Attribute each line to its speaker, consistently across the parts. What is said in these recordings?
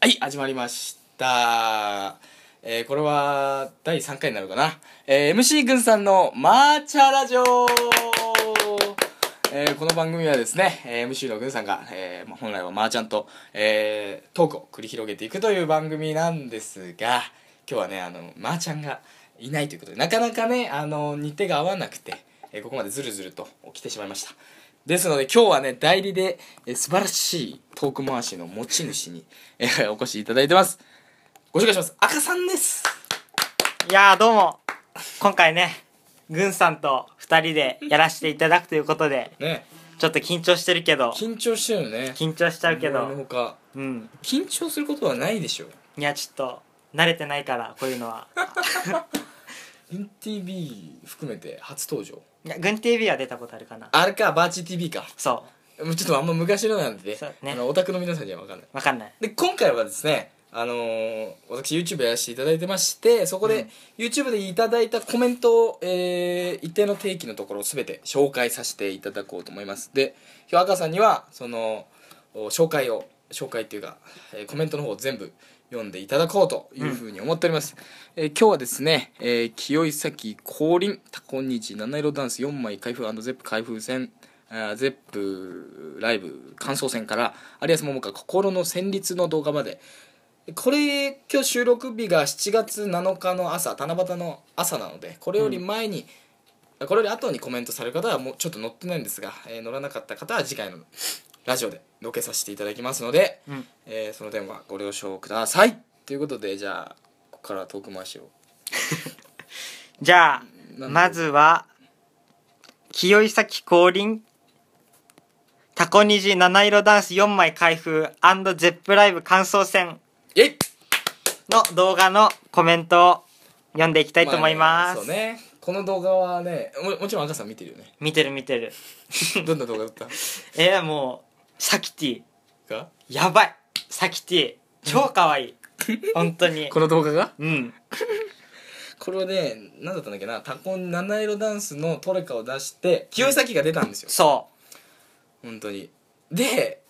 Speaker 1: はい始まりました、えーこれは第3回になるかな、えー MC 軍さんの「マーチャラジオ」えーこの番組はですね、えー MC の軍さんが、えーまあ本来はマーチャンと、えートークを繰り広げていくという番組なんですが今日はねあのマーチャンがいないということでなかなかねあの日程が合わなくて、えーここまでずるずると来てしまいましたですので今日はね代理で、えー素晴らしいトーク回しの持ち主に、えーお越しいただいてますご紹介します赤さんです
Speaker 2: いやーどうも今回ね軍さんと2人でやらせていただくということで
Speaker 1: ね
Speaker 2: ちょっと緊張してるけど
Speaker 1: 緊張してるよね
Speaker 2: 緊張しちゃうけ
Speaker 1: 思いの
Speaker 2: ど
Speaker 1: ほか
Speaker 2: うん
Speaker 1: 緊張することはないでしょう
Speaker 2: いやちょっと慣れてないからこういうのは
Speaker 1: NTV 含めて初登場
Speaker 2: いや軍 TV は出たことあるかな
Speaker 1: あれかバーチ TV か
Speaker 2: そ
Speaker 1: もうちょっとあんま昔のなんで
Speaker 2: そうね
Speaker 1: あのオタクの皆さんには分かんないう
Speaker 2: わかんない
Speaker 1: で今回はですねあのー私 YouTube やらせていただいてましてそこで YouTube でいただいたコメントを、えー一定の定期のところを全て紹介させていただこうと思いますで今日赤さんにはそのお紹介を紹介っていうか、えーコメントの方を全部読んでいただこうというふうに思っております、えー今日はですね、えー清井咲降臨タコニチ七色ダンス4枚開封ゼップ開封戦あーゼップライブ感想戦から有安桃香心の旋律の動画までこれ今日収録日が7月7日の朝七夕の朝なのでこれより前に、これより後にコメントされる方はもうちょっと載ってないんですが、えー載らなかった方は次回のラジオで載けさせていただきますので、
Speaker 2: うん
Speaker 1: えーその点はご了承くださいということでじゃあここからトーク回しを
Speaker 2: じゃあ
Speaker 1: なんで
Speaker 2: まずは清井咲降臨タコニジ七色ダンス4枚開封ゼップライブ感想戦
Speaker 1: えっ
Speaker 2: の動画のコメントを読んでいきたいと思います、
Speaker 1: あね、そうねこの動画はねももちろん赤さん見てるよね
Speaker 2: 見てる見てる
Speaker 1: どんな動画だ った
Speaker 2: えー、もうサキティ
Speaker 1: か
Speaker 2: やばいサキティ超かわいい本当に
Speaker 1: この動画が
Speaker 2: うん
Speaker 1: これはね何だったんだっけなタコ七色ダンスのトレカを出して清崎が出たんですよ、
Speaker 2: そ
Speaker 1: 本当にで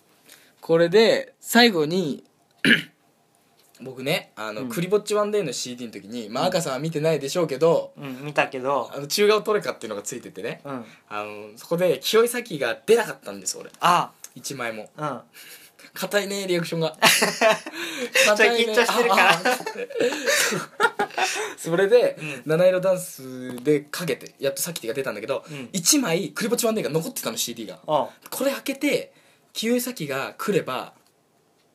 Speaker 1: これで最後に 僕ねあの、
Speaker 2: うん
Speaker 1: クリぼっちワンデーの CD の時に、まあ、赤さんは見てないでしょうけど、
Speaker 2: う、うん、見たけど
Speaker 1: あの中顔トレカっていうのがついててね
Speaker 2: うん
Speaker 1: あのそこで清崎が出なかったんです俺
Speaker 2: あ
Speaker 1: 1枚も
Speaker 2: うん
Speaker 1: 硬いねリアクション が
Speaker 2: ょい緊張してるから
Speaker 1: あああ それで、七色ダンスでかけてやっとさっきが出たんだけど、
Speaker 2: うん
Speaker 1: 一1枚クリぼっちワンデーが残ってたの CD が
Speaker 2: おう
Speaker 1: これ開けて清崎が来れば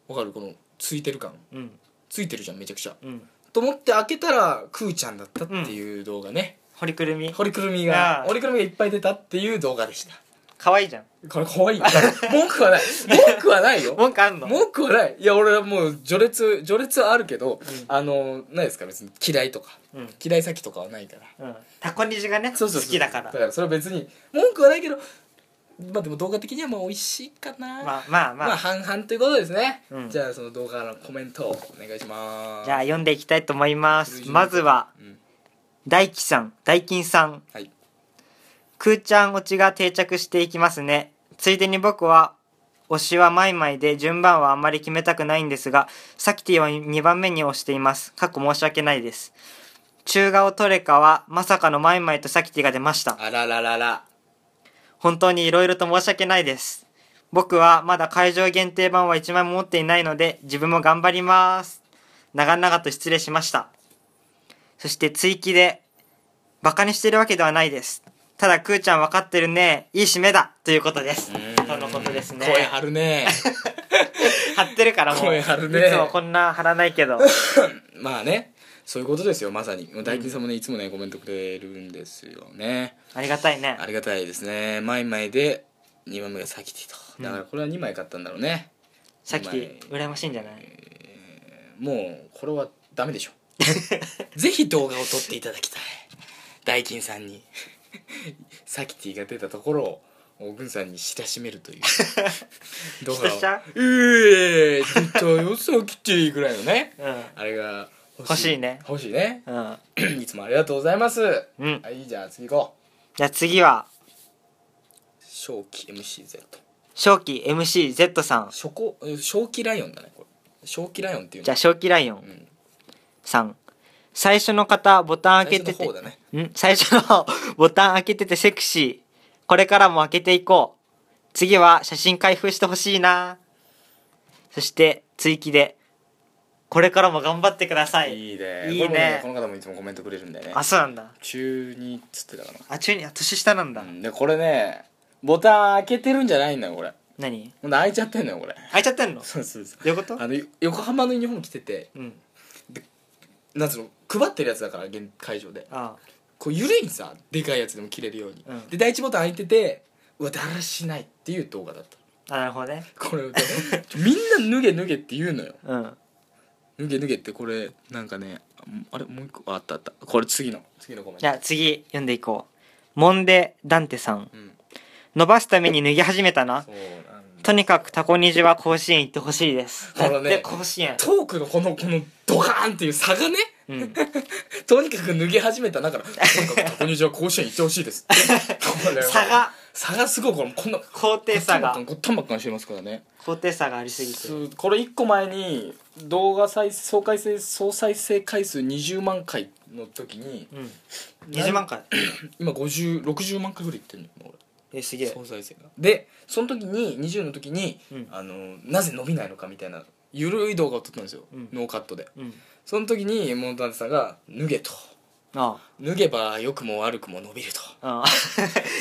Speaker 1: わかるこのついてる感
Speaker 2: うん
Speaker 1: ついてるじゃんめちゃくちゃ
Speaker 2: うん
Speaker 1: と思って開けたらクーちゃんだったっていう動画ね、
Speaker 2: 堀くるみ
Speaker 1: ホリくるみ
Speaker 2: あ
Speaker 1: が
Speaker 2: あ
Speaker 1: ホリくるみがいっぱい出たっていう動画でした
Speaker 2: かわいいじゃん
Speaker 1: これ怖い文句はない文句はないよ
Speaker 2: 文句あんの
Speaker 1: 文句はないいや俺はもう序列序列はあるけど、あのないですか別に嫌いとか
Speaker 2: うん
Speaker 1: 嫌い先とかはないから
Speaker 2: うんタコニジがね好きだから
Speaker 1: だからそれは別に文句はないけどまあでも動画的にはまあ美味しいかな
Speaker 2: まあまあ
Speaker 1: まあ、
Speaker 2: まあ
Speaker 1: 半々ということですね、
Speaker 2: うん
Speaker 1: じゃあその動画のコメントをお願いします
Speaker 2: じゃあ読んでいきたいと思いますまずは
Speaker 1: うん
Speaker 2: 大輝さん大金さん
Speaker 1: はい
Speaker 2: くーちゃんオチが定着していきますね。ついでに僕は、推しはマイマイで順番はあんまり決めたくないんですが、サキティを2番目に推しています。過去申し訳ないです。中顔トレカはまさかのマイマイとサキティが出ました。
Speaker 1: あらららら
Speaker 2: 本当に色々と申し訳ないです。僕はまだ会場限定版は1枚も持っていないので、自分も頑張ります。長々と失礼しました。そして追記で、バカにしてるわけではないです。ただ、くーちゃん分かってるね。いい締めだということです。とのことですね。
Speaker 1: 声張るね
Speaker 2: 張ってるからもう。
Speaker 1: 声張るね
Speaker 2: いつもこんな張らないけど。
Speaker 1: まあねそういうことですよまさに大金さんもねいつもねコメントくれるんですよね
Speaker 2: ありがたいね
Speaker 1: あ。りがたいですねマイマイで2枚目がサキティとだからこれは2枚買ったんだろうね、
Speaker 2: さっき、
Speaker 1: うまい
Speaker 2: 羨ましいんじゃない
Speaker 1: もうこれはダメでしょ ぜひ動画を撮っていただきたい大金さんに サキティが出たところをおぐんさんに知らしめると いう動
Speaker 2: 知らしちゃう
Speaker 1: うええ出たよサキティぐらいのね
Speaker 2: うん。
Speaker 1: あれが
Speaker 2: 欲しいね
Speaker 1: 欲しいね
Speaker 2: うん。
Speaker 1: いつもありがとうございますは
Speaker 2: うん。
Speaker 1: いじゃあ次行こう
Speaker 2: じゃあ次は、
Speaker 1: 正気 MCZ
Speaker 2: 正気 MCZ さん。
Speaker 1: 初こ正気ライオンだねこれ正気ライオンっていうの
Speaker 2: じゃあ正気ライオ
Speaker 1: う
Speaker 2: ン
Speaker 1: ん
Speaker 2: さん最初の方ボタン開
Speaker 1: 最
Speaker 2: けて
Speaker 1: 初の
Speaker 2: て
Speaker 1: 方だね
Speaker 2: ん最初の方 ボタン開けててセクシーこれからも開けていこう次は写真開封してほしいなそして追記でこれからも頑張ってください
Speaker 1: いいね
Speaker 2: いいね
Speaker 1: これもこの方もいつもコメントくれるんだよね
Speaker 2: あそうなんだ
Speaker 1: 中2っつってたか
Speaker 2: あ中にあ年下なんだ、
Speaker 1: な、うん、でこれねボタン開けてるんじゃないんだよこれ
Speaker 2: 何
Speaker 1: ほんで開いちゃってんのよこれ
Speaker 2: 開いちゃってんの
Speaker 1: そうそうそう
Speaker 2: どういうこと
Speaker 1: あのよ横浜のユニフォーム着てて
Speaker 2: うん
Speaker 1: なんつうの配ってるやつだから現会場で
Speaker 2: あ
Speaker 1: こう緩いんさでかいやつでも着れるように、
Speaker 2: うん
Speaker 1: で第一ボタン開いててうわだらしないっていう動画だった
Speaker 2: あなるほどね
Speaker 1: これ ちょみんな脱げ脱げって言うのよ
Speaker 2: うん
Speaker 1: 脱げ脱げってこれなんかねああれもう一個ああったあったこれ次の次のコメン
Speaker 2: じ
Speaker 1: ト
Speaker 2: ゃあ次読んでいこうモンデ・ダンテさん
Speaker 1: うん
Speaker 2: 伸ばすために脱ぎ始めたな
Speaker 1: そうなんだ
Speaker 2: とにかくタコニジは甲子園行ってほしいです
Speaker 1: あのね
Speaker 2: だって甲子園
Speaker 1: トークのこのこのドカーンっていう差がね
Speaker 2: うん
Speaker 1: とにかく脱げ始めただからとにかくここ にじゃあ甲子園行ってほしいですこれは
Speaker 2: 差が
Speaker 1: 差がすごいこれこんな
Speaker 2: 高低差が
Speaker 1: ごったんばっかんしてますからね
Speaker 2: 高低差がありすぎて
Speaker 1: そうこれ1個前に動画再総再生総再生回数20万回の時に
Speaker 2: うん20万回
Speaker 1: 今5060万回ぐらいいってるのよもう
Speaker 2: えすげ
Speaker 1: 俺
Speaker 2: え
Speaker 1: 総再生がでその時に20の時に、
Speaker 2: うん
Speaker 1: あのなぜ伸びないのかみたいなゆるい動画を撮ったんですよ、
Speaker 2: うん
Speaker 1: ノーカットで
Speaker 2: うん
Speaker 1: その時にモンタンさんが「脱げ」と
Speaker 2: あ
Speaker 1: 「脱げば良くも悪くも伸びる」と。
Speaker 2: あああ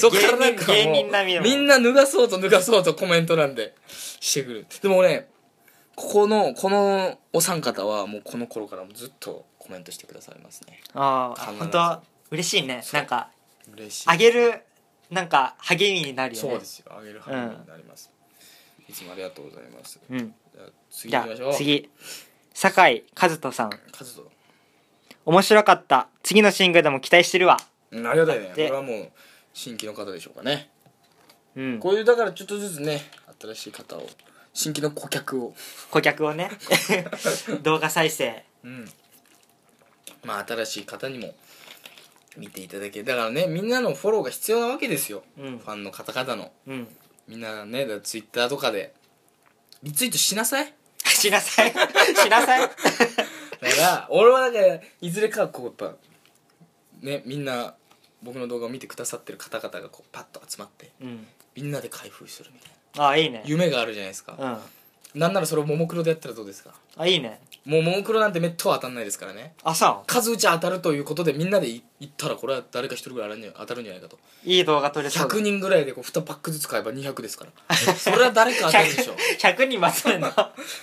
Speaker 1: そっからなん
Speaker 2: 芸
Speaker 1: か
Speaker 2: 人
Speaker 1: もう
Speaker 2: 芸人並みの
Speaker 1: みんな脱がそうと脱がそうとコメントなんでしてくるでも俺ここのこのお三方はもうこの頃からもずっとコメントしてくださいますね
Speaker 2: ああ
Speaker 1: 必ず
Speaker 2: 本当は嬉しいね
Speaker 1: そう
Speaker 2: なんか
Speaker 1: 嬉しい
Speaker 2: あげるなんか励みになるよね
Speaker 1: そうですよあげる励みになります、いつもありがとうございます
Speaker 2: うん
Speaker 1: じゃあ次
Speaker 2: じ
Speaker 1: 行
Speaker 2: ゃ
Speaker 1: きましょう
Speaker 2: あ次酒井和人さん
Speaker 1: カズト
Speaker 2: 面白かった次のシングルでも期待してるわ
Speaker 1: うんありがたいね
Speaker 2: だっ
Speaker 1: こ
Speaker 2: て
Speaker 1: れはもう新規の方でしょうかね
Speaker 2: うん
Speaker 1: こういうだからちょっとずつね新しい方を新規の顧客を
Speaker 2: 顧客 をね動画再生
Speaker 1: うん、まあ新しい方にも見ていただけるだからねみんなのフォローが必要なわけですよ、
Speaker 2: うん
Speaker 1: ファンの方々の
Speaker 2: うん
Speaker 1: みんなねツイッターとかでリツイートしなさい
Speaker 2: しなさい しな さ
Speaker 1: だ
Speaker 2: い
Speaker 1: から俺はだからいずれかこうやっぱねみんな僕の動画を見てくださってる方々がこうパッと集まって
Speaker 2: うん
Speaker 1: みんなで開封するみたいな
Speaker 2: あいいね
Speaker 1: 夢があるじゃないですか
Speaker 2: う、ん
Speaker 1: なんならそれをももクロでやったらどうですか
Speaker 2: あいいね
Speaker 1: もうももクロなんてめっとは当たんないですからね
Speaker 2: あそう
Speaker 1: 数打ち当たるということでみんなでい行ったらこれは誰か一人ぐらいあるんじゃ当たるんじゃないかと
Speaker 2: いい動画撮れそう
Speaker 1: 100人ぐらいでこう2パックずつ買えば200ですからそれは誰か当たるでしょ
Speaker 2: 100人まとめ んの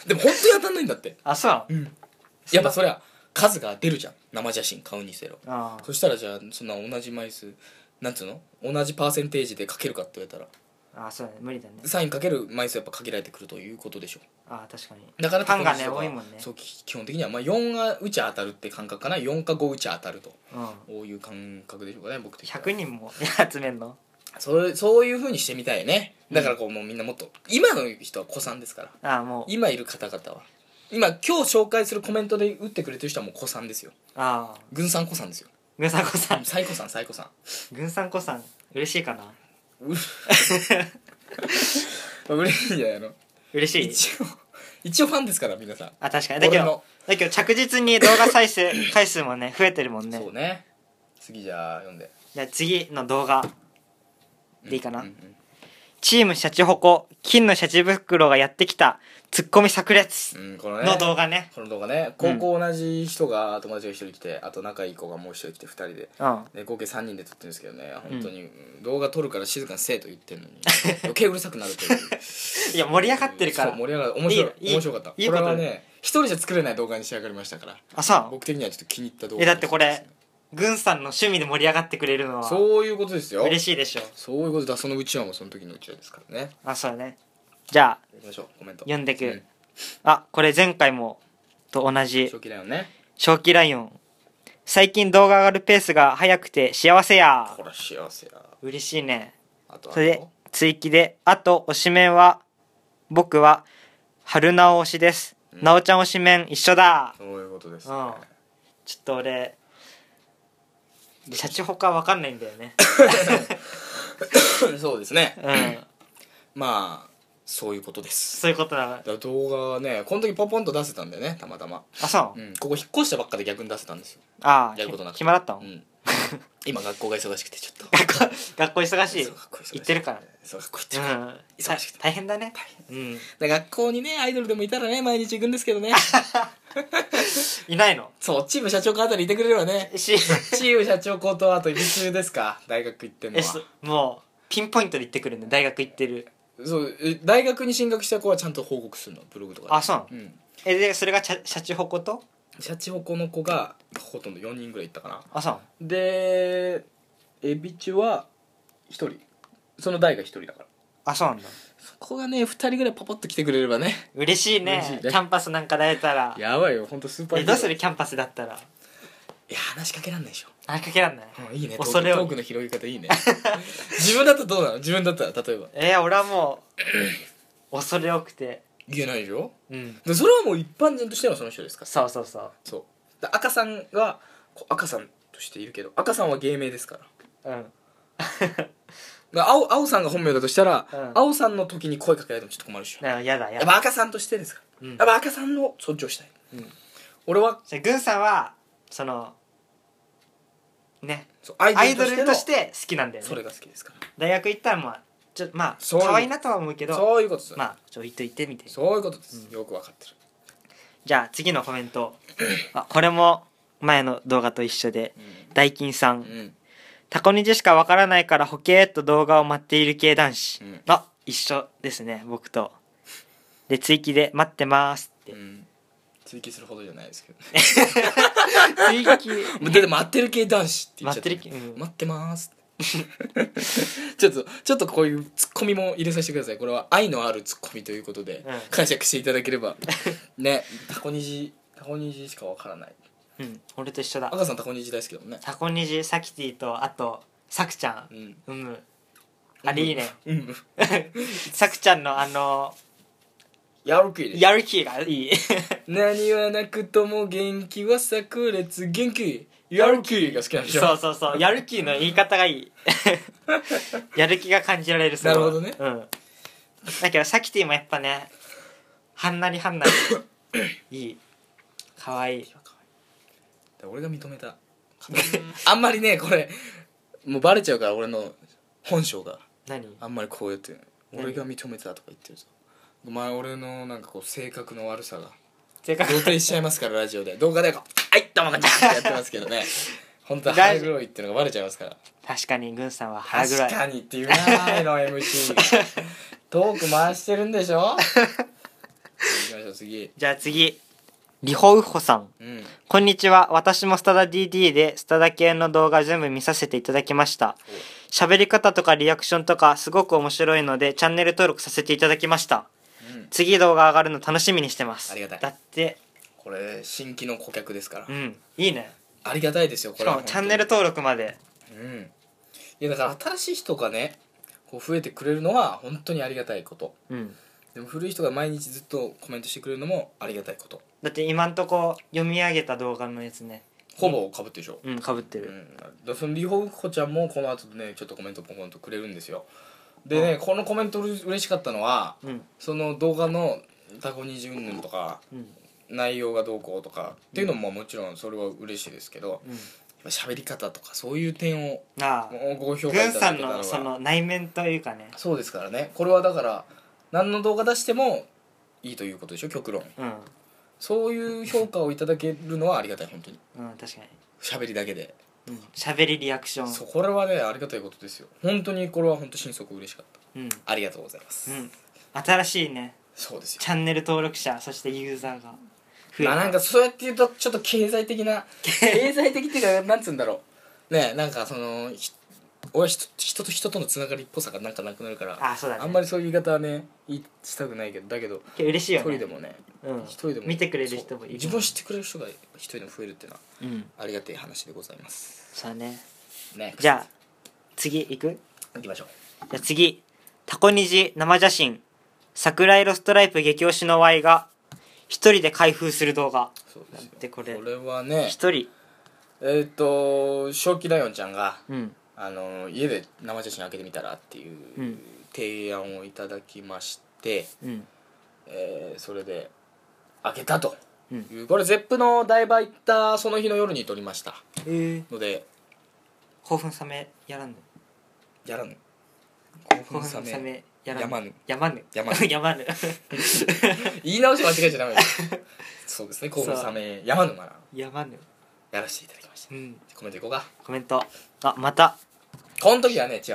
Speaker 1: でも本当に当たんないんだって
Speaker 2: あそう
Speaker 1: やっぱそりゃ数が出るじゃん生写真買うにせろ
Speaker 2: あ
Speaker 1: そしたらじゃあそんな同じ枚数なんつうの同じパーセンテージでかけるかって言われたら
Speaker 2: あそうだね無理だね
Speaker 1: サインかける枚数やっぱ限られてくるということでしょ
Speaker 2: あ確かに
Speaker 1: だから
Speaker 2: ファンが
Speaker 1: こ
Speaker 2: ね
Speaker 1: の人
Speaker 2: 多いもんね
Speaker 1: そう基本的にはまあ4が打ち当たるって感覚かな4か5打ち当たると
Speaker 2: うん
Speaker 1: こういう感覚でしょうかね僕的には
Speaker 2: 100人も 集めんの
Speaker 1: それそういうふうにしてみたいねだからこうもうみんなもっと今の人は子さんですから
Speaker 2: あもう
Speaker 1: 今いる方々は今今日紹介するコメントで打ってくれてる人はもう子さんですよ
Speaker 2: ああ
Speaker 1: 軍さん子さんですよ
Speaker 2: 軍さんこさん
Speaker 1: 最古さん最古さん
Speaker 2: 軍さんこさん嬉しいかな
Speaker 1: 嬉しいんじゃないの
Speaker 2: 嬉しい
Speaker 1: 一応一応ファンですから皆さん
Speaker 2: あ確かにだけ
Speaker 1: 俺の
Speaker 2: どだけど着実に動画再生 回数もね増えてるもんね
Speaker 1: そうね次じゃあ読んで
Speaker 2: じゃあ次の動画でいいかな、
Speaker 1: うんうん
Speaker 2: チームシャチホコ金のシャチ袋がやってきたツッコミ炸裂
Speaker 1: うん、このね
Speaker 2: の動画ね
Speaker 1: この動画ね高校同じ人が友達が一人来て、あと仲いい子がもう一人来て二人で
Speaker 2: うん
Speaker 1: で合計3人で撮ってるんですけどね本当に、うん動画撮るから静かにせえと言ってる のに余計うるさくなるという
Speaker 2: いや盛り上がってるから
Speaker 1: そう盛り上がる面白い
Speaker 2: いい
Speaker 1: 面白かった
Speaker 2: いい
Speaker 1: これ
Speaker 2: こ
Speaker 1: は
Speaker 2: とだ
Speaker 1: ね一人じゃ作れない動画に仕上がりましたから
Speaker 2: あそう
Speaker 1: 僕的にはちょっと気に入った動画
Speaker 2: えだってこれ軍さんの趣味で盛り上がってくれるのは
Speaker 1: そういうことですよ
Speaker 2: 嬉しいでしょ
Speaker 1: そういうことだそのうちわもその時のうちわですからね
Speaker 2: あそうだねじゃあ
Speaker 1: 行きましょうコメント
Speaker 2: 読んでく
Speaker 1: う
Speaker 2: あこれ前回もと同じ
Speaker 1: 初期だよね
Speaker 2: 正気ライオン最近動画上がるペースが早くて幸せや
Speaker 1: ほら幸せや
Speaker 2: 嬉しいね
Speaker 1: あとあと
Speaker 2: それで追記であと推しメンは僕は春直推しです、
Speaker 1: うん
Speaker 2: なおちゃん推しメン一緒だ
Speaker 1: そういうことですね
Speaker 2: うんちょっと俺シャチホカわかんない んだよね
Speaker 1: そうですね
Speaker 2: うん
Speaker 1: まあそういうことです
Speaker 2: そういうことなの
Speaker 1: だから動画はねこの時ポンポンと出せたんだよねたまたま、
Speaker 2: あそう、
Speaker 1: うん、ここ引っ越したばっかで逆に出せたんですよ、
Speaker 2: ああ
Speaker 1: やることなくて
Speaker 2: 暇だったの、
Speaker 1: うん、 今学校が忙しくてちょっと
Speaker 2: 学校 学校忙しい
Speaker 1: そう学校忙しい
Speaker 2: 行ってるから
Speaker 1: そう学校行って
Speaker 2: う
Speaker 1: るから、
Speaker 2: ん
Speaker 1: 忙しくて
Speaker 2: 大変だねうん
Speaker 1: だから学校にねアイドルでもいたらね毎日行くんですけどね
Speaker 2: いないの
Speaker 1: そうチーム社長かあたりいてくれればね
Speaker 2: し
Speaker 1: チーム社長校とあといびつですか大学行ってんの
Speaker 2: え
Speaker 1: は
Speaker 2: そもうピンポイントで行ってくるんだ大学行ってる
Speaker 1: そうえ大学に進学した子はちゃんと報告するのブログとかで
Speaker 2: あそうなの
Speaker 1: うん
Speaker 2: えでそれがシャシャチホコと
Speaker 1: 社長校の子がほとんど4人ぐらい行ったかな
Speaker 2: あそう
Speaker 1: でエビチュは1人その代が1人だから
Speaker 2: あそうなんだ
Speaker 1: そこがね2人ぐらいパパッと来てくれればね
Speaker 2: 嬉しいね
Speaker 1: 嬉しいね
Speaker 2: キャンパスなんかだれたら
Speaker 1: やばいよほんとスーパー
Speaker 2: え
Speaker 1: ヒー
Speaker 2: ど
Speaker 1: ロ
Speaker 2: う
Speaker 1: ー
Speaker 2: するキャンパスだったら
Speaker 1: いや話しかけらんないでしょ
Speaker 2: あかけらんない、
Speaker 1: うんいいねトーク
Speaker 2: 恐れ
Speaker 1: ト
Speaker 2: を
Speaker 1: ークの広げ方いいね 自分だったらどうなの自分だったら例えば
Speaker 2: えー、俺はもう恐れ多くて
Speaker 1: 言えないでしょ
Speaker 2: うん
Speaker 1: でそれはもう一般人としてのその人ですから
Speaker 2: そうそうそう
Speaker 1: そうだ赤さんがこう赤さんとしているけど赤さんは芸名ですから
Speaker 2: うん
Speaker 1: だ青青さんが本名だとしたら、
Speaker 2: うん
Speaker 1: 青さんの時に声かけられてもちょっと困るでしょ
Speaker 2: だからやだや
Speaker 1: やっ
Speaker 2: だ
Speaker 1: ぱ赤さんとしてですから、
Speaker 2: うん
Speaker 1: やっぱ赤さんの尊重したい、
Speaker 2: うん
Speaker 1: 俺は
Speaker 2: じゃあ軍さんはそのね
Speaker 1: そうア
Speaker 2: アイド
Speaker 1: の
Speaker 2: ルとして好きなんだよ
Speaker 1: そ
Speaker 2: ね
Speaker 1: れが好きですから
Speaker 2: 大学行ったらまあちょまあ
Speaker 1: そう
Speaker 2: 可愛いなとは思うけど
Speaker 1: そういうことです、
Speaker 2: まあちょ置いといてみたいな
Speaker 1: そういうことです、よくわかってる
Speaker 2: じゃあ次のコメン トあこれも前の動画と一緒で大金さ
Speaker 1: う
Speaker 2: ん
Speaker 1: ん
Speaker 2: タコにじしかわからないからホケーっと動画を待っている系男
Speaker 1: う
Speaker 2: 子、
Speaker 1: ん
Speaker 2: あ一緒ですね僕とで追記で待ってますっ
Speaker 1: う
Speaker 2: て
Speaker 1: ん追求するほどじゃないですけど
Speaker 2: 追記
Speaker 1: もう だって待ってる系男子って言っちゃって
Speaker 2: 待ってる系うん
Speaker 1: 待って まーすちょっとちょっとこういうツッコミも入れさせてくださいこれは愛のあるツッコミということで、
Speaker 2: うん
Speaker 1: 解釈していただけれ ばねタコニジタコニジしかわからない
Speaker 2: うん俺と一緒だ
Speaker 1: 赤さんタコニジ大好きだもんね
Speaker 2: タコにじサキティとあとサクちゃ
Speaker 1: うんん
Speaker 2: うん、あれいいね
Speaker 1: うん
Speaker 2: サクちゃんのあの
Speaker 1: やる気
Speaker 2: やる気がいい
Speaker 1: 何はなくとも元気は炸裂元気 やる気が好きなんでしょ
Speaker 2: そうそうそうやる気の言い方がい いやる気が感じられるそれは
Speaker 1: なるほどね
Speaker 2: うんだけどサキティもやっぱねはんなりはんなり いいかわいい
Speaker 1: で俺が認めた あんまりねこれもうバレちゃうから俺の本性が
Speaker 2: 何
Speaker 1: あんまりこうやって俺が認めたとか言ってるぞお前俺のなんかこう性格の悪さが
Speaker 2: 正確
Speaker 1: 露呈しちゃいますからラジオで動画でこうはいどうもこんにちは」ってやってますけどね本当は腹黒いっていうのがバレちゃいますから
Speaker 2: 確かに軍さんは腹
Speaker 1: 確
Speaker 2: 黒い
Speaker 1: かにって言わないの MC がトーク回してるんでしょ次行きましょう次
Speaker 2: じゃあ次リホウホさん
Speaker 1: うん
Speaker 2: こんにちは私もスタダ DD でスタダ系の動画全部見させていただきました喋り方とかリアクションとかすごく面白いのでチャンネル登録させていただきました
Speaker 1: うん
Speaker 2: 次動画上がるの楽しみにしてます
Speaker 1: ありがたい
Speaker 2: だって
Speaker 1: これ新規の顧客ですから
Speaker 2: うんいいね
Speaker 1: ありがたいですよこ
Speaker 2: し
Speaker 1: れ
Speaker 2: か
Speaker 1: は
Speaker 2: もチャンネル登録まで
Speaker 1: うんいやだから新しい人がねこう増えてくれるのは本当にありがたいこと
Speaker 2: うん
Speaker 1: でも古い人が毎日ずっとコメントしてくれるのもありがたいこと
Speaker 2: だって今んとこ読み上げた動画のやつね
Speaker 1: ほぼ被ってるでしょ、
Speaker 2: うんかぶって
Speaker 1: う
Speaker 2: る
Speaker 1: ん、だからそのリホウコちゃんもこの後ねちょっとコメントポコンとくれるんですよでね、このコメントうれ嬉しかったのは
Speaker 2: うん
Speaker 1: その動画の「タコニジうんぬん」とか
Speaker 2: うん
Speaker 1: 内容がどうこうとかっていうのももちろんそれは嬉しいですけど
Speaker 2: うん
Speaker 1: やっぱ喋り方とかそういう点を
Speaker 2: ああ
Speaker 1: ご評価
Speaker 2: 軍
Speaker 1: いた
Speaker 2: さ
Speaker 1: だけ
Speaker 2: ん
Speaker 1: たら
Speaker 2: のその内面というかね
Speaker 1: そうですからねこれはだから何の動画出してもいいということでしょ極論
Speaker 2: うん
Speaker 1: そういう評価をいただけるのはありがたい本当に
Speaker 2: うん確かに
Speaker 1: 喋りだけで、
Speaker 2: うん喋りリアクション
Speaker 1: そうこれはねありがたいことですよ本当にこれは本当心底嬉しかっ
Speaker 2: うん
Speaker 1: たありがとうございます、
Speaker 2: うん新しいね
Speaker 1: そうですよ
Speaker 2: チャンネル登録者そしてユーザーが増え
Speaker 1: まあなんかそうやって言うとちょっと経済的な経済的っていうかなんつうんだろうねなんかそのひ俺は人人と人とのつながりっぽさがなんかなくなるから
Speaker 2: あそうだね
Speaker 1: んまりそういう言い方はね言いしたくないけどだけど
Speaker 2: 嬉しい
Speaker 1: 一
Speaker 2: よね
Speaker 1: 人でもね
Speaker 2: うん
Speaker 1: 一人でも
Speaker 2: 見てくれる人
Speaker 1: そう
Speaker 2: もいる
Speaker 1: 自分を知ってくれる人が一人でも増えるっていうのは
Speaker 2: うん
Speaker 1: ありがたい話でございます
Speaker 2: そうね
Speaker 1: ね
Speaker 2: じゃあ次いく
Speaker 1: 行きましょう
Speaker 2: じゃあ次タコニジ生写真桜色ストライプ激推しの Y が一人で開封する動画
Speaker 1: そう
Speaker 2: だってこれ
Speaker 1: これはね
Speaker 2: 一人
Speaker 1: えっ、と正気ライオンちゃんが、
Speaker 2: うん
Speaker 1: あの家で生写真開けてみたらっていう
Speaker 2: うん
Speaker 1: 提案をいただきまして、て、
Speaker 2: うん
Speaker 1: えーそれで開けたと
Speaker 2: う
Speaker 1: い
Speaker 2: ん
Speaker 1: うこれゼップの台場行ったその日の夜に撮りました
Speaker 2: えー、
Speaker 1: ので
Speaker 2: 興奮冷めやらぬ
Speaker 1: やらぬ
Speaker 2: 興
Speaker 1: 興
Speaker 2: 奮
Speaker 1: 奮
Speaker 2: 冷
Speaker 1: 冷め
Speaker 2: めやらぬ
Speaker 1: やまぬ
Speaker 2: やまぬ
Speaker 1: やまぬ
Speaker 2: やまぬ
Speaker 1: 言い直して間違えちゃダメですそうですね興奮冷め山沼な
Speaker 2: やまぬ
Speaker 1: やらせていただきました
Speaker 2: うん
Speaker 1: コメントいこうか
Speaker 2: コメントあまた
Speaker 1: この時はね違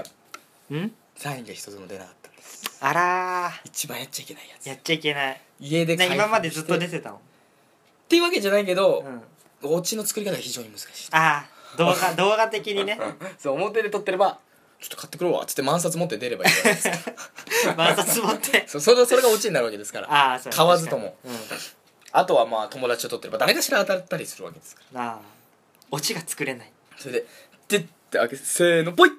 Speaker 1: うんサインが一つも出なかったんです
Speaker 2: あらー
Speaker 1: 一番やっちゃいけないやつ
Speaker 2: やっちゃいけない
Speaker 1: 家で開
Speaker 2: ね
Speaker 1: 封
Speaker 2: 今までずっと
Speaker 1: して
Speaker 2: 出てたもん、
Speaker 1: っていうわけじゃないけど
Speaker 2: う、ん、
Speaker 1: お家の作り方が非常に難しい
Speaker 2: ああ動画動画的にね
Speaker 1: そう表で撮ってればちょっと買ってくるわっつって万冊持って出ればいいわけ ですか
Speaker 2: 摩擦持って
Speaker 1: そうそれそれがオチになるわけですから
Speaker 2: ああそう
Speaker 1: 買わずとも
Speaker 2: 確かに
Speaker 1: あとはまあ友達と撮ってれば誰かしら当たったりするわけですか
Speaker 2: うん、ああオチが作れない
Speaker 1: らそれで「でって開けせーのぽい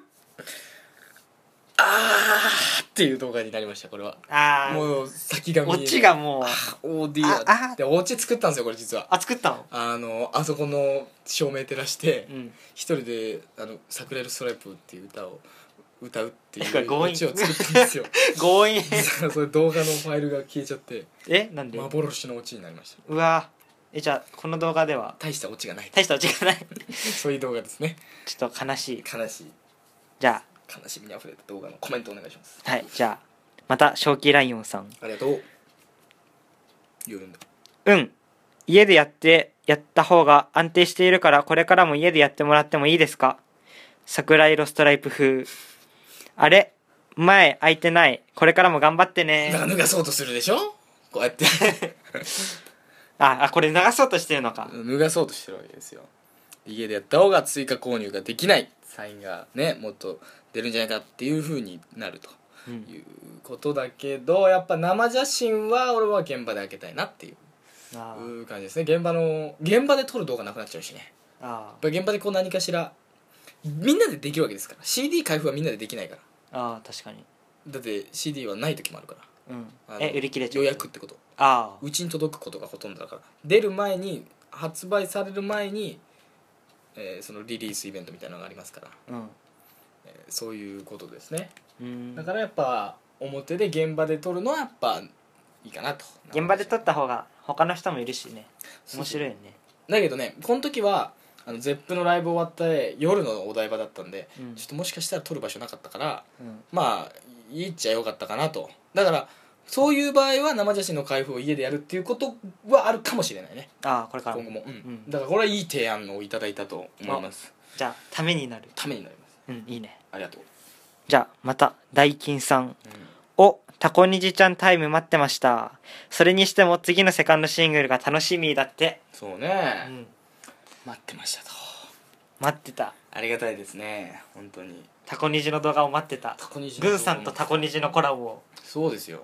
Speaker 1: あーっていう動画になりましたこれは
Speaker 2: ああ
Speaker 1: もう先が見え
Speaker 2: オ
Speaker 1: ない
Speaker 2: チがもう
Speaker 1: オーディ
Speaker 2: ああ
Speaker 1: アでお家作ったんですよこれ実は
Speaker 2: あ作ったの
Speaker 1: あのあそこの照明照らして、
Speaker 2: うん
Speaker 1: 一人で「あのサクレルストライプ」っていう歌を歌うってい
Speaker 2: これ
Speaker 1: う
Speaker 2: 強引
Speaker 1: オチを作ったんですよ
Speaker 2: 強引
Speaker 1: そそれ動画のファイルが消えちゃって
Speaker 2: えなんで
Speaker 1: 幻のオチになりました
Speaker 2: うわえじゃあこの動画では
Speaker 1: 大したオチがない
Speaker 2: 大したオチがない
Speaker 1: そういう動画ですね
Speaker 2: ちょっと悲しい
Speaker 1: 悲しい
Speaker 2: じゃ
Speaker 1: 悲しみにあふれた動画のコメントお願いします
Speaker 2: あはいじゃあまた正気ライオンさん
Speaker 1: ありがとう言うんだ
Speaker 2: うん家でやってやった方が安定しているからこれからも家でやってもらってもいいですか桜色ストライプ風あれ前空いてないこれからも頑張ってね
Speaker 1: なんか脱がそうとするでしょこうやって
Speaker 2: ああこれ流そうとしてるのか
Speaker 1: 脱がそうとしてるわけですよ家でやった方が追加購入ができないサインがねもっと出るんじゃないかっていうふうになると
Speaker 2: うん
Speaker 1: いうことだけどやっぱ生写真は俺は現場で開けたいなっていう
Speaker 2: あー
Speaker 1: 感じですね現場の現場で撮る動画なくなっちゃうしね
Speaker 2: あ
Speaker 1: やっぱり現場でこう何かしらみんなでできるわけですから CD 開封はみんなでできないから
Speaker 2: ーあー確かに
Speaker 1: だって CD はない時もあるから
Speaker 2: うん
Speaker 1: あの
Speaker 2: え売り切れちゃ
Speaker 1: 予
Speaker 2: う
Speaker 1: 約ってこと
Speaker 2: ああ
Speaker 1: うちに届くことがほとんどだから出る前に発売される前に、えーそのリリースイベントみたいなのがありますから、
Speaker 2: うん
Speaker 1: えーそういうことですね
Speaker 2: うん
Speaker 1: だからやっぱ表で現場で撮るのはやっぱいいかなと
Speaker 2: 現場で撮った方が他の人もいるしね面白いよね
Speaker 1: だけどねこの時はあの ZEP のライブ終わって夜のお台場だったんで、
Speaker 2: うん
Speaker 1: ちょっともしかしたら撮る場所なかったから
Speaker 2: うん
Speaker 1: まあ言っちゃよかったかなとだからそういう場合は生写真の開封を家でやるっていうことはあるかもしれないね
Speaker 2: ああこれから
Speaker 1: 今後
Speaker 2: も
Speaker 1: も、うん
Speaker 2: ん
Speaker 1: だからこれはいい提案をいただいたと思います
Speaker 2: じゃあためになる
Speaker 1: ためになります
Speaker 2: うんいいね
Speaker 1: ありがとう、
Speaker 2: じゃあまた大金さん
Speaker 1: うん
Speaker 2: おタコにじちゃんタイム待ってましたそれにしても次のセカンドシングルが楽しみだって、
Speaker 1: そう
Speaker 2: う
Speaker 1: ね、
Speaker 2: ん、
Speaker 1: 待ってましたと
Speaker 2: 待ってた
Speaker 1: ありがたいですね本当に
Speaker 2: タコにじの動画を待ってた
Speaker 1: タコニジの
Speaker 2: グーさんとタコにじのコラボを
Speaker 1: そうですよ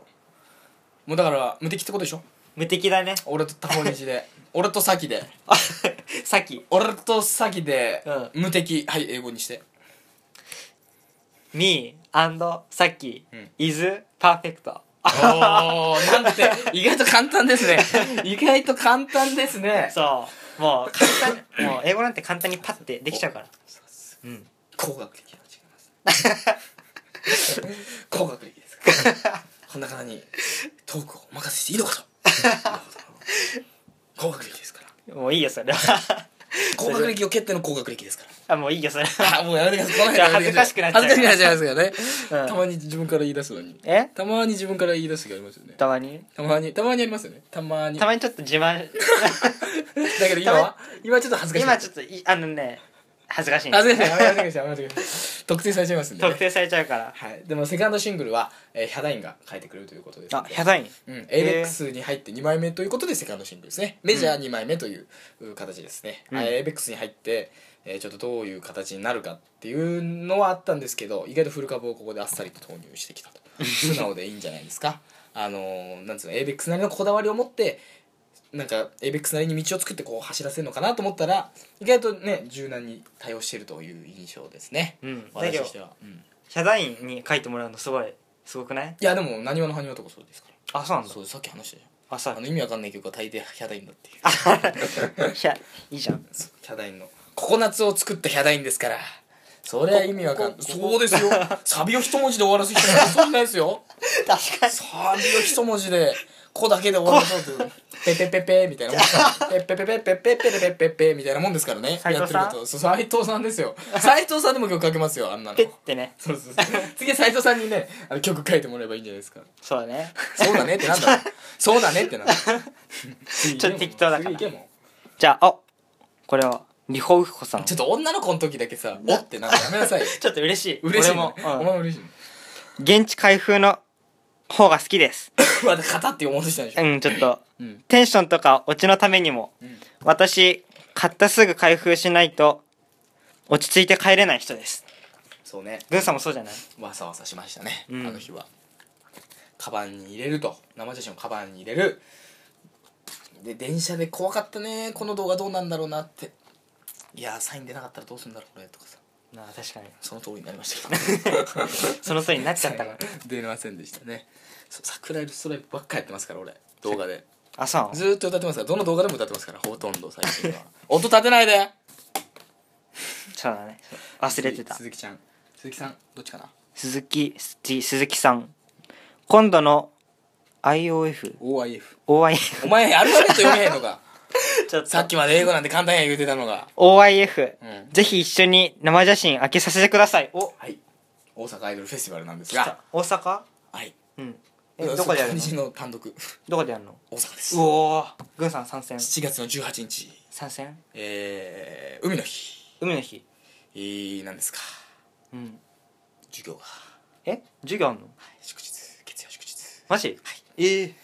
Speaker 1: もうだから無敵ってことでしょ
Speaker 2: 無敵だね
Speaker 1: 俺とタコニジで 俺とサキで
Speaker 2: さっき
Speaker 1: 俺とサキで、
Speaker 2: う
Speaker 1: 無敵はい英語にして
Speaker 2: ミーさっき
Speaker 1: うん
Speaker 2: イズパーフェクト
Speaker 1: おーなんて 意外と簡単です ね意外と簡単ですね
Speaker 2: そうもう簡単に もう英語なんて簡単にパッてできちゃうからうん
Speaker 1: 工学的は違います工学的ですからこんな方にトークをお任せしていいの かと工学歴ですから
Speaker 2: もういいよそれ は
Speaker 1: 工学歴を蹴っての工学歴ですか
Speaker 2: あもういいよそれは
Speaker 1: らあもうやめてください
Speaker 2: じゃあ恥ずかしくなっちゃう
Speaker 1: 恥ずかしくなっちゃいますからね、
Speaker 2: うん
Speaker 1: たまに自分から言い出すのに
Speaker 2: え
Speaker 1: たまに自分から言い出す時ありますよね
Speaker 2: たまに
Speaker 1: たまにたまにありますよねたまに
Speaker 2: たまにちょっと自慢
Speaker 1: だけど今は今ちょっと恥ずかしい
Speaker 2: 今ちょっといあのね恥ずかしい
Speaker 1: 恥ずかしいやめてくださいやめ てください特定されちゃいますんでね、
Speaker 2: 特定されちゃうから
Speaker 1: はい、でもセカンドシングルは、えーヒャダインが書いてくれるということです
Speaker 2: あヒャダイン
Speaker 1: うん、
Speaker 2: へー
Speaker 1: ABEX に入って2枚目ということでセカンドシングルですねメジャー2枚目というう形ですね、
Speaker 2: うん
Speaker 1: あ ABEX に入って、えーちょっとどういう形になるかっていうのはあったんですけど意外とフル株をここであっさりと投入してきた と素直でいいんじゃないですかあのーなんつうの ABEX なりのこだわりを持ってなんか ABEX なりに道を作ってこう走らせるのかなと思ったら意外とね柔軟に対応しているという印象ですね、
Speaker 2: うんだ
Speaker 1: 私
Speaker 2: け
Speaker 1: と
Speaker 2: ど
Speaker 1: しては、うん
Speaker 2: ヒャダインに書いてもらうのすごいすごくない
Speaker 1: いやでもなにわの埴輪とかそうですか
Speaker 2: あそうな
Speaker 1: ら
Speaker 2: んだ
Speaker 1: そうさっき話したじゃ
Speaker 2: あそうん
Speaker 1: あ の意味わかんない曲は大抵ヒャダインだっていう
Speaker 2: あヒャいいじゃん
Speaker 1: そうヒャダインのココナッツを作ったヒャダインですからそれは意味わかんないそうですよサビを一文字で終わらす人なんてそういないですよ
Speaker 2: 確かに。
Speaker 1: サビを一文字で「こ」だけで終わらそうというペペペペみたいなもんですペペペペペペペペペペみたいなもんですからね
Speaker 2: 斉
Speaker 1: やって
Speaker 2: 藤さん
Speaker 1: ることそう斉藤さんですよ斉藤さんでも曲かけますよあんなの
Speaker 2: ペッてね。
Speaker 1: そうそうそう次は斉藤さんにねあの曲書いてもらえばいいんじゃないですか
Speaker 2: そうだね。
Speaker 1: そうだねってなんだろうそうだねってなんだろう
Speaker 2: ちょっと適当だから
Speaker 1: 次行けも
Speaker 2: じゃあ、あこれは、リホウフコさん。
Speaker 1: う
Speaker 2: ち
Speaker 1: ちょ
Speaker 2: ょ
Speaker 1: っと女の子の時だけさ「お」ってなんかやめなさいよ
Speaker 2: っと嬉しい。
Speaker 1: 嬉しい
Speaker 2: 俺
Speaker 1: の、
Speaker 2: も
Speaker 1: ね、お
Speaker 2: うん
Speaker 1: 前嬉 しいの
Speaker 2: 現地開封の方が好きです。
Speaker 1: また型って思うとしたでしょ
Speaker 2: うん、ちょっと。
Speaker 1: うん
Speaker 2: テンションとかオチのためにも、
Speaker 1: ん
Speaker 2: 私買ったすぐ開封しないと落ち着いて帰れない人です
Speaker 1: そうね
Speaker 2: 軍さんもそうじゃない
Speaker 1: わさわさしましたね、
Speaker 2: うん
Speaker 1: あの日はカバンに入れると生写真をカバンに入れるで電車で怖かったねこの動画どうなんだろうなっていやーサイン出なかったらどうするんだろうこれとかさ
Speaker 2: ああ確かに
Speaker 1: その通りになりましたけど
Speaker 2: その通りになっちゃったから
Speaker 1: 出れませんでしたねそう桜色ストライプばっかやってますから俺動画で
Speaker 2: あそう
Speaker 1: ずーっと歌ってますからどの動画でも歌ってますからほとんど最近は音立てないで
Speaker 2: そうだね忘れてた
Speaker 1: 鈴木ちゃん鈴木さんどっちかな
Speaker 2: 鈴木すち鈴木さん今度の IOF
Speaker 1: OIF
Speaker 2: OIF
Speaker 1: お前アルファベット読めへんのか
Speaker 2: ちょ っ
Speaker 1: さっきまで英語なんて簡単や言うてたのが
Speaker 2: OIF、
Speaker 1: うん
Speaker 2: ぜひ一緒に生写真開けさせてくださいお
Speaker 1: はい大阪アイドルフェスティバルなんですが
Speaker 2: 大阪
Speaker 1: はい
Speaker 2: うんえどこでやる
Speaker 1: 漢
Speaker 2: の
Speaker 1: 字の単独
Speaker 2: どこでやるの
Speaker 1: 大阪です
Speaker 2: うおー軍さん参戦
Speaker 1: 7月の18日
Speaker 2: 参戦
Speaker 1: えー、海の日
Speaker 2: 海の日
Speaker 1: えー、なんですか
Speaker 2: うん
Speaker 1: 授業が
Speaker 2: え授業あんの
Speaker 1: 祝日月曜祝日
Speaker 2: マジええ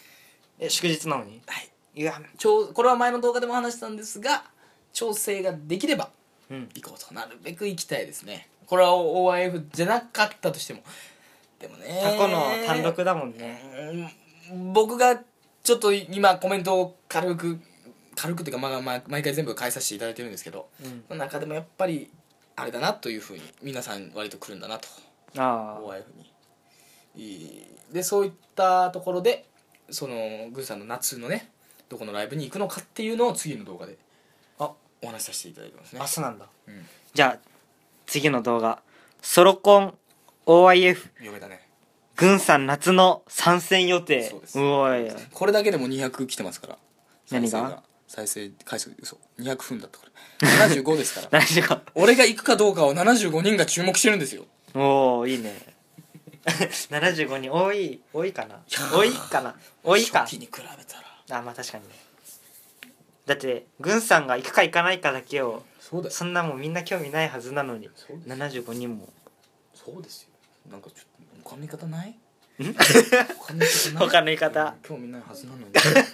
Speaker 2: え祝日なのに
Speaker 1: はい
Speaker 2: いや
Speaker 1: 調これは前の動画でも話したんですが調整ができれば
Speaker 2: うん
Speaker 1: 行こうとなるべく行きたいですねこれは OIF じゃなかったとしてもでもね
Speaker 2: 過去の単独だもんね
Speaker 1: うん僕がちょっと今コメントを軽く軽くっていうか、まあまあ、毎回全部返させていただいてるんですけど、
Speaker 2: うん
Speaker 1: その中でもやっぱりあれだなというふうに皆さん割と来るんだなと
Speaker 2: ああ
Speaker 1: OIF にいいでそういったところでそのグーさんの夏のねどこのライブに行くのかっていうのを次の動画で
Speaker 2: あ
Speaker 1: お話しさせていただいてますね
Speaker 2: 明日なんだ
Speaker 1: うん
Speaker 2: じゃあ次の動画ソロコン OIF
Speaker 1: 読めたね
Speaker 2: 軍さん夏の参戦予定
Speaker 1: そうです
Speaker 2: おい
Speaker 1: これだけでも200来てますから
Speaker 2: 何が
Speaker 1: 再生回数嘘200分だったこれ75ですから
Speaker 2: 大丈夫か
Speaker 1: 俺が行くかどうかを75人が注目してるんですよ
Speaker 2: おおいいね 75人多い多いかな多いかな多いか
Speaker 1: 初期に比べたら
Speaker 2: あまあ確かにねだって軍さんが行くか行かないかだけを
Speaker 1: そうだ
Speaker 2: そんなもうみんな興味ないはずなのに
Speaker 1: そうです
Speaker 2: 75人も
Speaker 1: そうですよなんかちょっと他の言い方ない
Speaker 2: ん
Speaker 1: 他の言い方ない
Speaker 2: 他の言い方
Speaker 1: 興味ないはずなのに他の言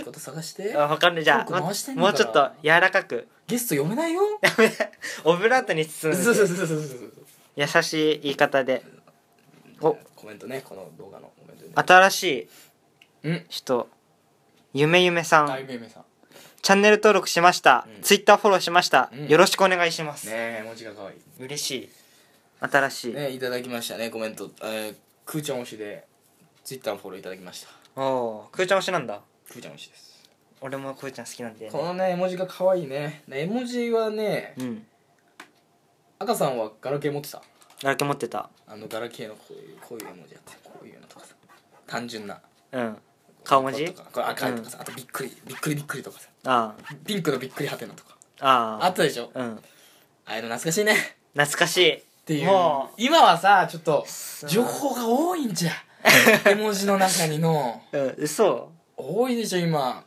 Speaker 1: い方探して
Speaker 2: あわかんないじゃあ
Speaker 1: トーク回してんだ
Speaker 2: もうちょっと柔らかく
Speaker 1: ゲスト読めないよ
Speaker 2: オブラートに
Speaker 1: そ
Speaker 2: 包
Speaker 1: うんそうそう
Speaker 2: で
Speaker 1: そうそう
Speaker 2: 優しい言い方でお
Speaker 1: コメントねこの動画のコメントね
Speaker 2: 新しい
Speaker 1: うん
Speaker 2: 人ゆめゆめさ
Speaker 1: あ
Speaker 2: ん
Speaker 1: ゆめゆめさん
Speaker 2: チャンネル登録しました、
Speaker 1: うん
Speaker 2: ツイッターフォローしました、
Speaker 1: うん
Speaker 2: よろしくお願いします、
Speaker 1: ねえ文字が可愛い
Speaker 2: 嬉しい新しい、
Speaker 1: ねいただきましたねコメント、えー、くーちゃん推しでツイッターのフォローいただきました
Speaker 2: おおくーちゃん推しなんだ
Speaker 1: くーちゃん推しです
Speaker 2: 俺もくーちゃん好きなんで、
Speaker 1: このね絵文字が可愛いねね絵文字はね
Speaker 2: うん
Speaker 1: 赤さんはガラケー持ってた
Speaker 2: ガラケー持ってた
Speaker 1: あのガラケーのこういうこういう絵文字やってこういうのとかさ単純な
Speaker 2: うん顔文字
Speaker 1: こうとかこれ赤いとかさ、あとびっくりびっくりびっくりとかさ
Speaker 2: あ
Speaker 1: ピンクのびっくりはてなとか
Speaker 2: あああ
Speaker 1: あったでしょ
Speaker 2: うん
Speaker 1: ああいうの懐かしいねっ
Speaker 2: 懐かしいって
Speaker 1: いう
Speaker 2: も
Speaker 1: 今はさちょっと情報が多いん じゃ絵文字の中にの
Speaker 2: う、うん、嘘
Speaker 1: 多いでしょ今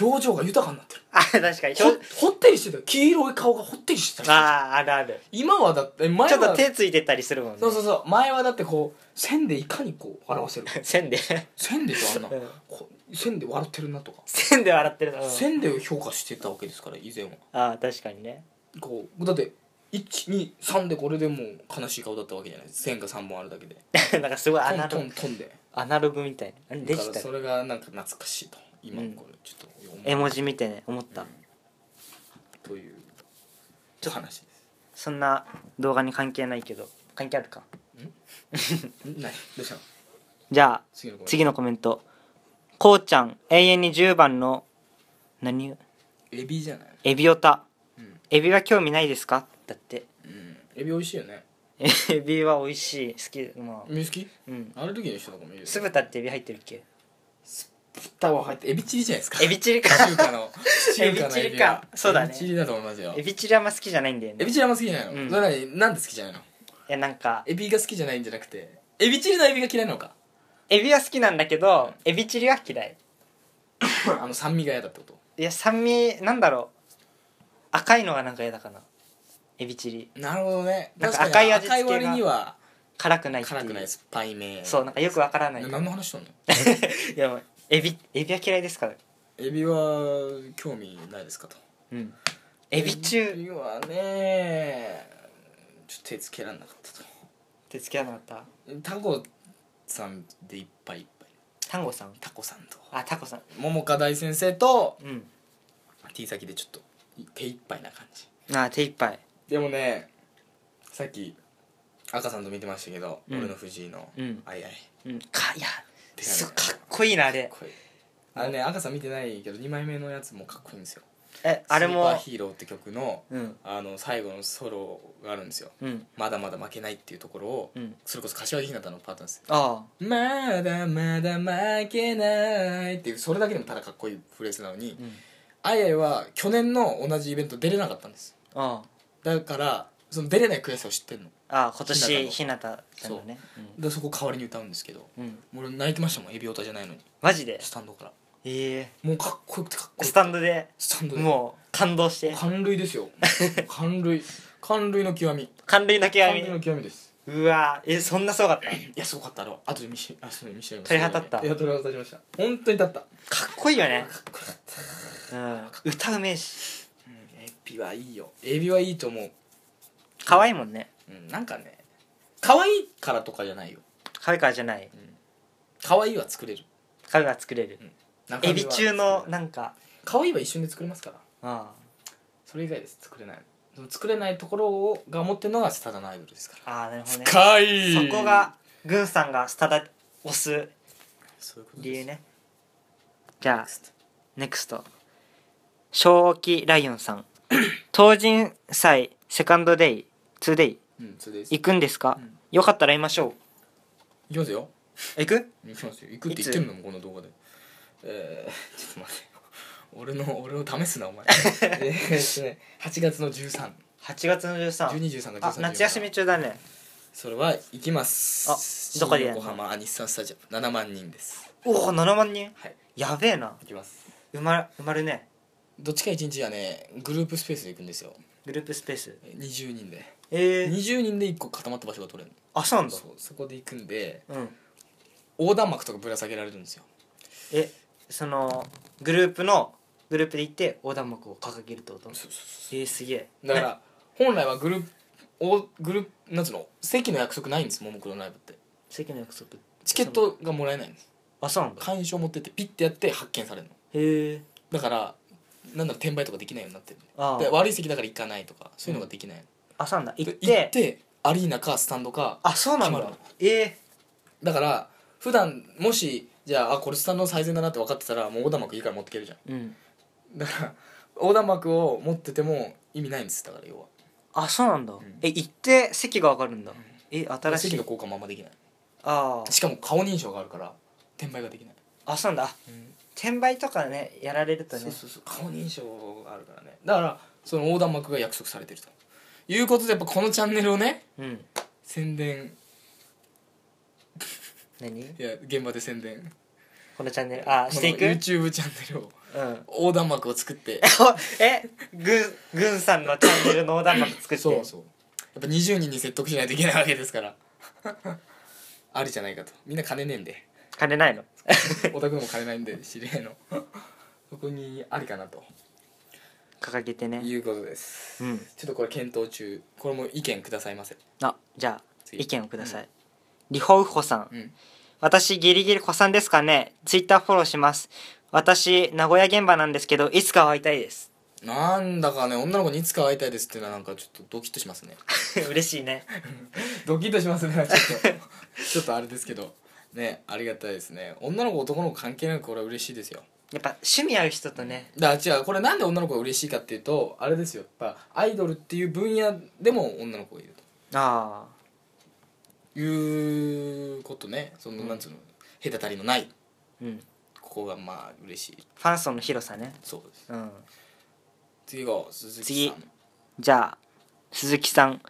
Speaker 1: 表情が豊かになってる
Speaker 2: あ確かに
Speaker 1: ほほってりしてたよ黄色い顔がほってりしてたよ
Speaker 2: あああるある
Speaker 1: 今はだって前は
Speaker 2: ちょっと手ついてたりするもんね
Speaker 1: そうそうそう前はだってこう線でいかにこう表せるか
Speaker 2: 線で
Speaker 1: 線でしょあんな、
Speaker 2: うん
Speaker 1: こ う線で笑ってるなとか
Speaker 2: 線で笑ってるの
Speaker 1: 線で評価してたわけですから以前は
Speaker 2: ああ確かにね
Speaker 1: こうだって123でこれでもう悲しい顔だったわけじゃない線が3本あるだけで
Speaker 2: なんかすごいア
Speaker 1: ト
Speaker 2: ナ
Speaker 1: ント
Speaker 2: ログ
Speaker 1: ントンで
Speaker 2: アナログみたいなデ
Speaker 1: だか
Speaker 2: ジ
Speaker 1: ら
Speaker 2: タ
Speaker 1: そ
Speaker 2: ル
Speaker 1: れがなんか懐かしいと今
Speaker 2: うん
Speaker 1: これちょっと思
Speaker 2: 絵文字見てね思った、
Speaker 1: うというちょっと話です
Speaker 2: そんな動画に関係ないけど関係あるか
Speaker 1: んないどうしたの
Speaker 2: じゃあ
Speaker 1: 次のコメント
Speaker 2: 次のコメントこうちゃん永遠に10番の何
Speaker 1: エビじゃない
Speaker 2: エビオタ、
Speaker 1: うん
Speaker 2: エビは興味ないですかだって
Speaker 1: うんエビ美味しいよね
Speaker 2: エビは美味しい好きまあ
Speaker 1: 水木
Speaker 2: うん
Speaker 1: アレルギーの人とかもいるよ
Speaker 2: 酢豚ってエビ入ってるっけ
Speaker 1: 豚は入ってエビチリじゃないですか
Speaker 2: エビチ リか
Speaker 1: 中華の中華の
Speaker 2: エビチリかそうだ
Speaker 1: エ
Speaker 2: ね
Speaker 1: ビチリだと思いますよ
Speaker 2: エビチリあんま好きじゃないんだよ
Speaker 1: エ
Speaker 2: ね
Speaker 1: ビチリあんま好きじゃないの、
Speaker 2: うん
Speaker 1: それなのになんで好きじゃないの
Speaker 2: いやなんか
Speaker 1: エビが好きじゃないんじゃなくてエビチリのエビが嫌いなのか
Speaker 2: エビは好きなんだけどエビチリは嫌い
Speaker 1: あの酸味が嫌だってこと
Speaker 2: いや酸味なんだろう赤いのがなんか嫌だかなエビチリ
Speaker 1: なるほどね
Speaker 2: なんか
Speaker 1: 確に
Speaker 2: 赤い味付けが
Speaker 1: 赤い割には
Speaker 2: 辛くないっていう
Speaker 1: 辛くない酸っぱいめ
Speaker 2: そうなんかよくわからない
Speaker 1: な
Speaker 2: けど
Speaker 1: 何の話しとんの
Speaker 2: いやもうエビエビは嫌いですから
Speaker 1: エビは興味ないですかと
Speaker 2: うんエビ
Speaker 1: エ
Speaker 2: 中
Speaker 1: ビはねちょっと手つけられなかったと
Speaker 2: 手つけられなかった
Speaker 1: タコさんでいっぱいいっぱい
Speaker 2: タンゴさん
Speaker 1: タコさんと
Speaker 2: あタコさん
Speaker 1: 桃花大先生と
Speaker 2: うん
Speaker 1: T 先でちょっと手一杯な感じ
Speaker 2: あ手一杯
Speaker 1: でもねさっき赤さんと見てましたけど、
Speaker 2: うん
Speaker 1: 俺の藤井の
Speaker 2: う
Speaker 1: 「
Speaker 2: ん
Speaker 1: あいあい」
Speaker 2: うんかいや
Speaker 1: 手紙
Speaker 2: すごいかっこいいなあれ
Speaker 1: これあれね赤さん見てないけど2枚目のやつもかっこいいんですよ
Speaker 2: えあれ
Speaker 1: スーパー
Speaker 2: も
Speaker 1: ヒーローって曲の
Speaker 2: うん
Speaker 1: あの最後のソロがあるんですよ
Speaker 2: うん
Speaker 1: まだまだ負けないっていうところを、
Speaker 2: うん
Speaker 1: それこそ柏木ひなたのパートなんですよ
Speaker 2: あ
Speaker 1: まだまだ負けないっていうそれだけでもただかっこいいフレーズなのに、
Speaker 2: あうん
Speaker 1: あいあいは去年の同じイベント出れなかったんです
Speaker 2: あ
Speaker 1: だからその出れない悔しさを知ってるの
Speaker 2: ああ今年
Speaker 1: ひ
Speaker 2: ひなたちゃんがね
Speaker 1: でそこ代わりに歌うんですけど
Speaker 2: うん、うん、
Speaker 1: 俺泣いてましたもんエビオタじゃないのに
Speaker 2: マジで
Speaker 1: スタンドから
Speaker 2: え
Speaker 1: もうかっこよくてかっ
Speaker 2: え
Speaker 1: こよ
Speaker 2: ス
Speaker 1: くて
Speaker 2: タンドで
Speaker 1: スタンドで
Speaker 2: もう感動して
Speaker 1: 寒類 ですよ寒類寒類の極み
Speaker 2: 感涙の極
Speaker 1: 寒類の
Speaker 2: み
Speaker 1: 極みです
Speaker 2: うわえそんなすごかった
Speaker 1: いやすごかったあの後で見せあそう見せ
Speaker 2: 鳥肌立った
Speaker 1: いや鳥肌立ちました本当に立った
Speaker 2: かっこいいよねうん歌うめえし
Speaker 1: うんエビはいいよエビはいいと思う、
Speaker 2: 可愛いもんね
Speaker 1: うん、なんかね可愛いからとかじゃないよ
Speaker 2: 可愛いからじゃない
Speaker 1: 可愛いは作れる
Speaker 2: 可愛いが作れる
Speaker 1: 中身は
Speaker 2: エビ中のなんか
Speaker 1: 可愛いは一瞬で作れますから
Speaker 2: あ
Speaker 1: それ以外です作れないその作れないところをが持ってるのがスタダのアイドルですか
Speaker 2: あああなるほど
Speaker 1: ら
Speaker 2: ね
Speaker 1: 深い
Speaker 2: そこが軍さんがスタダ押す
Speaker 1: そういうことです
Speaker 2: 理由ねじゃあネクスト正気ライオ ンさん東神祭セカンドデイツーデイ
Speaker 1: うんそれです
Speaker 2: 行くんですか、
Speaker 1: うん
Speaker 2: よかったら会いましょ
Speaker 1: いきますよ
Speaker 2: う行く
Speaker 1: 行きますよ行くって言ってるのもこの動画でえー、ちょっと待ってよ俺の俺を試すな お前えーっとね8月の131213
Speaker 2: 8月の13
Speaker 1: が
Speaker 2: あ
Speaker 1: 13
Speaker 2: 夏休み中だね
Speaker 1: それは行きます
Speaker 2: あどこでや
Speaker 1: 新
Speaker 2: るの
Speaker 1: 横浜アニッサンスタジアム7万人です
Speaker 2: おお7万人
Speaker 1: はい
Speaker 2: やべえな
Speaker 1: 行きます
Speaker 2: 埋まる埋まるね
Speaker 1: どっちか1日はねグループスペースで行くんですよ
Speaker 2: グループスペース
Speaker 1: 20人で
Speaker 2: えー、
Speaker 1: 20人で1個固まった場所が取れる
Speaker 2: あそうなん
Speaker 1: の
Speaker 2: だ
Speaker 1: そうそこで行くんで
Speaker 2: うん
Speaker 1: 横断幕とかぶら下げられるんですよ
Speaker 2: えそのグループのグループで行って横断幕を掲げるってこと
Speaker 1: そうそ
Speaker 2: えー、すげえ
Speaker 1: うだから本来はグループおグループなんつうの席の約束ないんですももクロのライブって
Speaker 2: 席の約束
Speaker 1: チケットがもらえないんです
Speaker 2: あそうなんだ
Speaker 1: 会員証持ってってピッてやって発見されるの
Speaker 2: へえ
Speaker 1: だからなんだろう転売とかできないようになってる
Speaker 2: あ
Speaker 1: で
Speaker 2: ー
Speaker 1: 悪い席だから行かないとかそういうのができないの、
Speaker 2: あそうなんだ行って
Speaker 1: で行ってアリーナかスタンドか
Speaker 2: あそうなん
Speaker 1: 決ま
Speaker 2: だ
Speaker 1: る
Speaker 2: ええ
Speaker 1: だから普段もしじゃああこれスタンドの最善だなって分かってたらもう横断幕いいから持ってけるじゃん
Speaker 2: うん
Speaker 1: だから横断幕を持ってても意味ないんですだから要は
Speaker 2: あそうなんだ、
Speaker 1: ん
Speaker 2: え行って席が分かるんだ、え新し
Speaker 1: 席
Speaker 2: い
Speaker 1: の交換もあんまできない
Speaker 2: あー
Speaker 1: しかも顔認証があるから転売ができない、
Speaker 2: あそうなんだ転売とかねやられるとね
Speaker 1: そうそうそう顔認証があるからねだからその横断幕が約束されてるということでやっぱこのチャンネルをね
Speaker 2: うん
Speaker 1: 宣伝
Speaker 2: 何
Speaker 1: いや現場で宣伝
Speaker 2: このチャンネルあ
Speaker 1: こ
Speaker 2: し
Speaker 1: の
Speaker 2: ていく、うん
Speaker 1: YouTube チャンネルを横断幕を作って
Speaker 2: え軍軍さんのチャンネルの横断幕作って
Speaker 1: そうそうやっぱ20人に説得しないといけないわけですからありじゃないかとみんな金ねえんで
Speaker 2: 金ないの
Speaker 1: オタクでも金ないんで知り合いのそこにありかなと
Speaker 2: 掲げてね
Speaker 1: いうことです
Speaker 2: うん
Speaker 1: ちょっとこれ検討中これも意見くださいませ
Speaker 2: あじゃあ
Speaker 1: 次
Speaker 2: 意見をください、リホウホさん
Speaker 1: うん
Speaker 2: 私ギリギリ子さんですかねツイッターフォローします私名古屋現場なんですけどいつかは会いたいです
Speaker 1: なんだかね女の子にいつか会いたいですっていうのはなんかちょっとドキッとしますね
Speaker 2: 嬉しいね
Speaker 1: ドキッとしますねちょっとちょっとあれですけどねありがたいですね女の子男の子関係なくこれは嬉しいですよ
Speaker 2: やっぱ趣味合う人とね
Speaker 1: だから違うこれなんで女の子が嬉しいかっていうとあれですよやっぱアイドルっていう分野でも女の子がいると
Speaker 2: あ
Speaker 1: いうことねその、
Speaker 2: うん
Speaker 1: なんつうの隔たりのない
Speaker 2: ーうん
Speaker 1: ここがまあ嬉しい
Speaker 2: ファン層の広さね
Speaker 1: そうです
Speaker 2: うん
Speaker 1: 次が鈴木さん
Speaker 2: じゃあ鈴木さん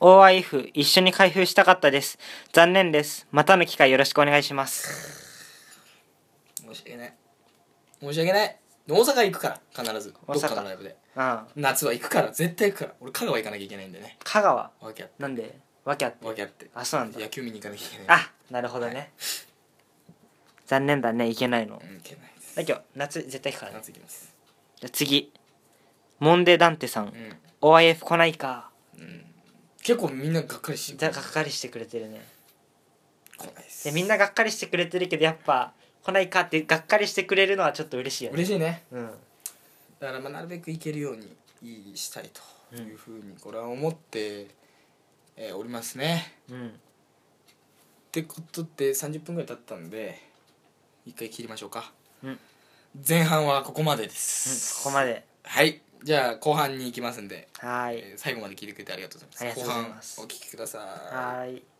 Speaker 2: OIF 一緒に開封したかったです残念ですまたの機会よろしくお願いします
Speaker 1: 申し訳ない申し訳ない大阪行くから必ず
Speaker 2: 大
Speaker 1: ど
Speaker 2: 阪
Speaker 1: っかのライブで
Speaker 2: うん
Speaker 1: 夏は行くから絶対行くから俺香川行かなきゃいけないんでね
Speaker 2: 香川
Speaker 1: わけあっ
Speaker 2: なんでわけあって
Speaker 1: わけあって
Speaker 2: あそうなんだ
Speaker 1: 野球見に行かなきゃいけない
Speaker 2: あなるほどね、残念だねいけないの
Speaker 1: うん行けないです
Speaker 2: だけど夏絶対行くからね
Speaker 1: 夏行きます
Speaker 2: じゃあ次モンデダンテさん
Speaker 1: うん
Speaker 2: OIF 来ないか
Speaker 1: 結構みんながっかりし
Speaker 2: じゃあがっかりしてくれてるね
Speaker 1: 来ないです
Speaker 2: でみんながっかりしてくれてるけどやっぱ来ないかってがっかりしてくれるのはちょっと嬉しいよね
Speaker 1: 嬉しいね
Speaker 2: うん
Speaker 1: だからまあなるべく行けるようにいいしたいというふうにこれは思って、えーおりますね
Speaker 2: うん
Speaker 1: ってことで30分ぐらい経ったんで一回切りましょうか、
Speaker 2: うん
Speaker 1: 前半はここまでで
Speaker 2: うん
Speaker 1: す、
Speaker 2: ここまで
Speaker 1: はいじゃあ後半に行きますんで、
Speaker 2: はーい
Speaker 1: えー最後まで聞いてくれてありがとうございます
Speaker 2: ありがとうございます
Speaker 1: 後半お聞きください
Speaker 2: はーい